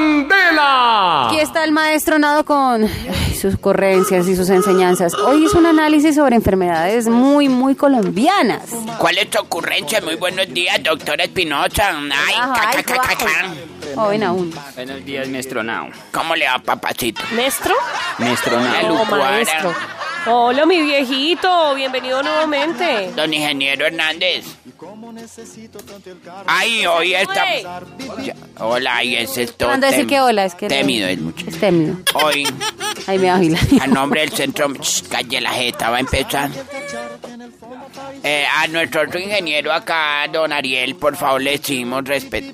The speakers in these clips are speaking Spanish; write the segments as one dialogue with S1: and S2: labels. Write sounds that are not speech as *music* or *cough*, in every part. S1: ¡Candela!
S2: Aquí está el maestro Nado con ay, sus correncias y sus enseñanzas. Hoy hizo un análisis sobre enfermedades muy, muy colombianas.
S3: ¿Cuál es tu ocurrencia? Muy buenos días, doctora Espinosa. Ay,
S2: Ay,
S3: ca, ca, ca,
S2: guau.
S3: ca, ca.
S2: Hoy en aún.
S4: Buenos días, maestro Nao.
S3: ¿Cómo le va, papacito?
S5: ¿Maestro?
S4: Maestro
S3: La
S4: Nao.
S5: Oh,
S3: Lucuara.
S5: maestro. Hola, mi viejito. Bienvenido nuevamente.
S3: Don ingeniero Hernández. Ay, hoy está... Ya, Hola, y ese es todo.
S2: Cuando decir
S3: tem-
S2: que hola, es que.
S3: Temido el muchacho.
S2: Es temido.
S3: Hoy,
S2: Ahí me bajila.
S3: a nombre del centro... Shh, Calle la jeta, va a empezar. Eh, a nuestro otro ingeniero acá, don Ariel, por favor, le decimos respeto.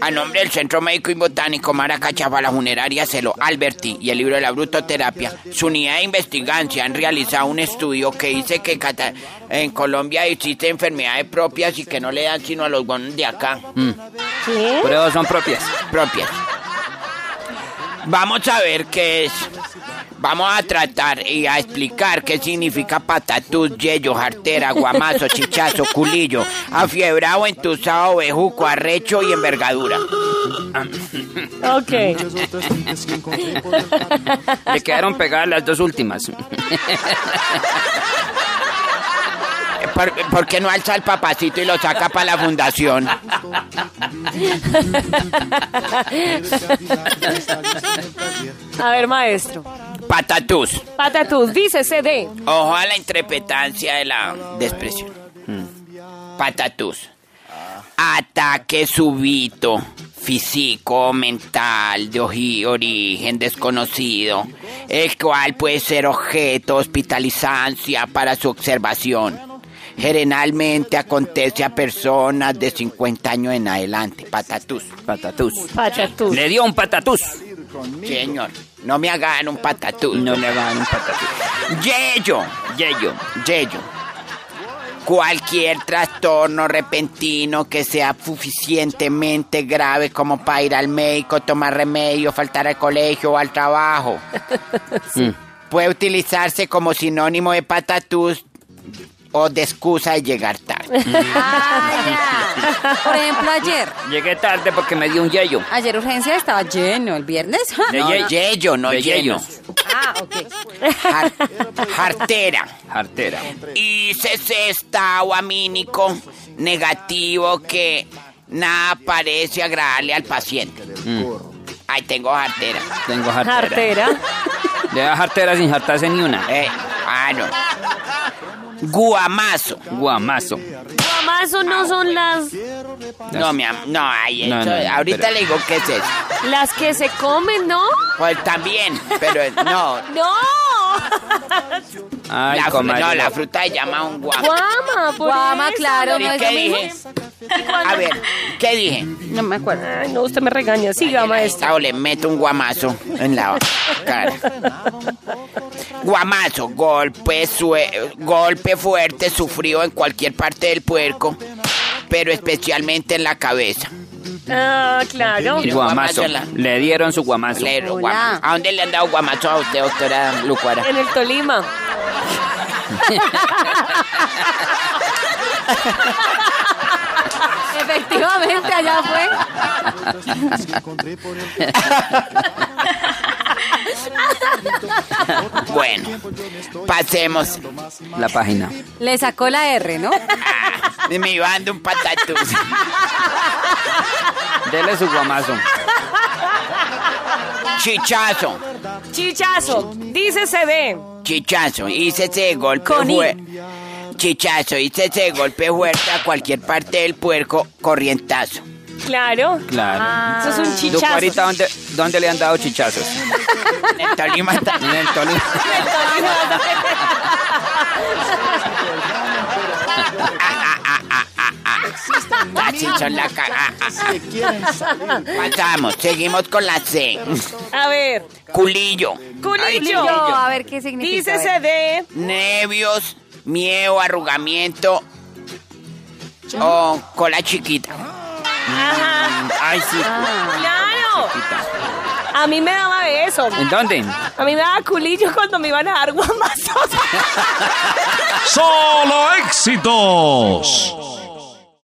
S3: A nombre del Centro Médico y Botánico Maracachafa, la funeraria Celo Alberti y el libro de la Brutoterapia, su unidad de investigancia han realizado un estudio que dice que cata- en Colombia existen enfermedades propias y que no le dan sino a los buenos de acá,
S5: ¿Qué?
S4: Pruebas son propias.
S3: propias. Vamos a ver qué es. Vamos a tratar y a explicar qué significa patatús, yello, jartera, guamazo, chichazo, culillo, afiebrado, entusado, bejuco, arrecho y envergadura.
S5: Ok.
S4: Le quedaron pegadas las dos últimas.
S3: Eh, ¿Por, por qué no alza el papacito y lo saca para la fundación?
S5: A ver, maestro.
S3: Patatús.
S5: Patatús, dice CD.
S3: Ojo a la interpretancia de la expresión. Patatús. Ataque súbito, físico, mental, de oji- origen desconocido, el cual puede ser objeto de hospitalizancia para su observación. Generalmente acontece a personas de 50 años en adelante. Patatús.
S4: Patatús.
S5: Patatús.
S4: Le dio un patatús.
S3: Señor, no me hagan un patatús.
S4: No le hagan un patatús.
S3: Yello, yello, yello. Cualquier trastorno repentino que sea suficientemente grave como para ir al médico, tomar remedio, faltar al colegio o
S4: *laughs*
S3: al trabajo. Mm. Puede utilizarse como sinónimo de patatús o de excusa de llegar tarde.
S2: Ah, ya. *laughs* Por ejemplo, ayer.
S4: Llegué tarde porque me dio un yello.
S2: Ayer urgencia estaba lleno. El viernes. ja.
S4: De
S3: No,
S4: ye-
S3: yello, no
S4: de
S3: lleno.
S4: yellos.
S2: Ah, ok.
S3: Jar- *laughs* jartera.
S4: Artera.
S3: Y se está o amínico negativo que nada parece agradarle al paciente. Ahí tengo jartera.
S4: Mm, Tengo jartera.
S5: Cartera.
S4: Le da jartera sin jartarse ni una.
S3: Eh, ah, no. Guamazo.
S4: Guamazo.
S5: Guamazo no son las,
S3: No, mi amor. No, ay,
S4: No,
S3: eso-
S4: no, no,
S3: ahorita
S4: pero-
S3: le digo qué es eso.
S5: las que se comen, ¿no?
S3: Pues también, pero eh, no.
S2: *laughs*
S5: ¡No!
S4: Ay,
S3: la, fru-
S4: comadre.
S3: no, la fruta se llama un guam.
S5: Guama, por
S2: Guama,
S5: eso,
S2: claro, no
S3: ¿Y
S2: es
S3: qué
S2: lo
S3: dije?
S2: mismo.
S3: A ver, ¿qué dije?
S2: No me acuerdo.
S5: Ay, no, usted me regaña. Siga, maestro.
S3: Esta o le meto un guamazo en la cara. Guamazo, golpe, sue- golpe fuerte sufrido en cualquier parte del puerco, pero especialmente en la cabeza.
S5: Ah, claro.
S3: Mira,
S4: Guamazo.
S3: guamazo la-
S4: Le dieron su guamazo.
S3: Le-
S2: Hola.
S3: guama- ¿A dónde le han dado guamazo a usted, doctora Lucuara?
S5: En el Tolima.
S2: Efectivamente, allá fue.
S3: Bueno, pasemos.
S4: La página.
S2: Le sacó la R, ¿no?
S3: Me iba dando un patatús.
S4: Dele su guamazo.
S3: Chichazo,
S5: Chichazo. Dice CD.
S3: chichazo, hícese de golpe
S5: Con I.
S3: fuerte. Chichazo, hícese de golpe fuerte a cualquier parte del puerco, corrientazo.
S5: Claro.
S4: Claro.
S3: Ah,
S5: Eso es un
S4: ¿Tú
S5: chichazo.
S4: ahorita dónde, dónde le han dado chichazos?
S3: En el Tolima está-
S4: En el
S3: *laughs*
S4: Tolima.
S3: Así son la ca- ah, ah, ah. Pasamos, seguimos con la C.
S5: A ver.
S3: Culillo.
S5: Culillo.
S2: Yo, a ver qué significa.
S5: Dice
S2: a ver.
S5: CD.
S3: Nervios, miedo, arrugamiento. O cola chiquita.
S5: Ajá.
S4: Ay, sí.
S5: Claro. A mí me daba eso.
S4: ¿En dónde?
S5: A mí me daba culillo cuando me iban a dar guamazos.
S6: Solo éxitos.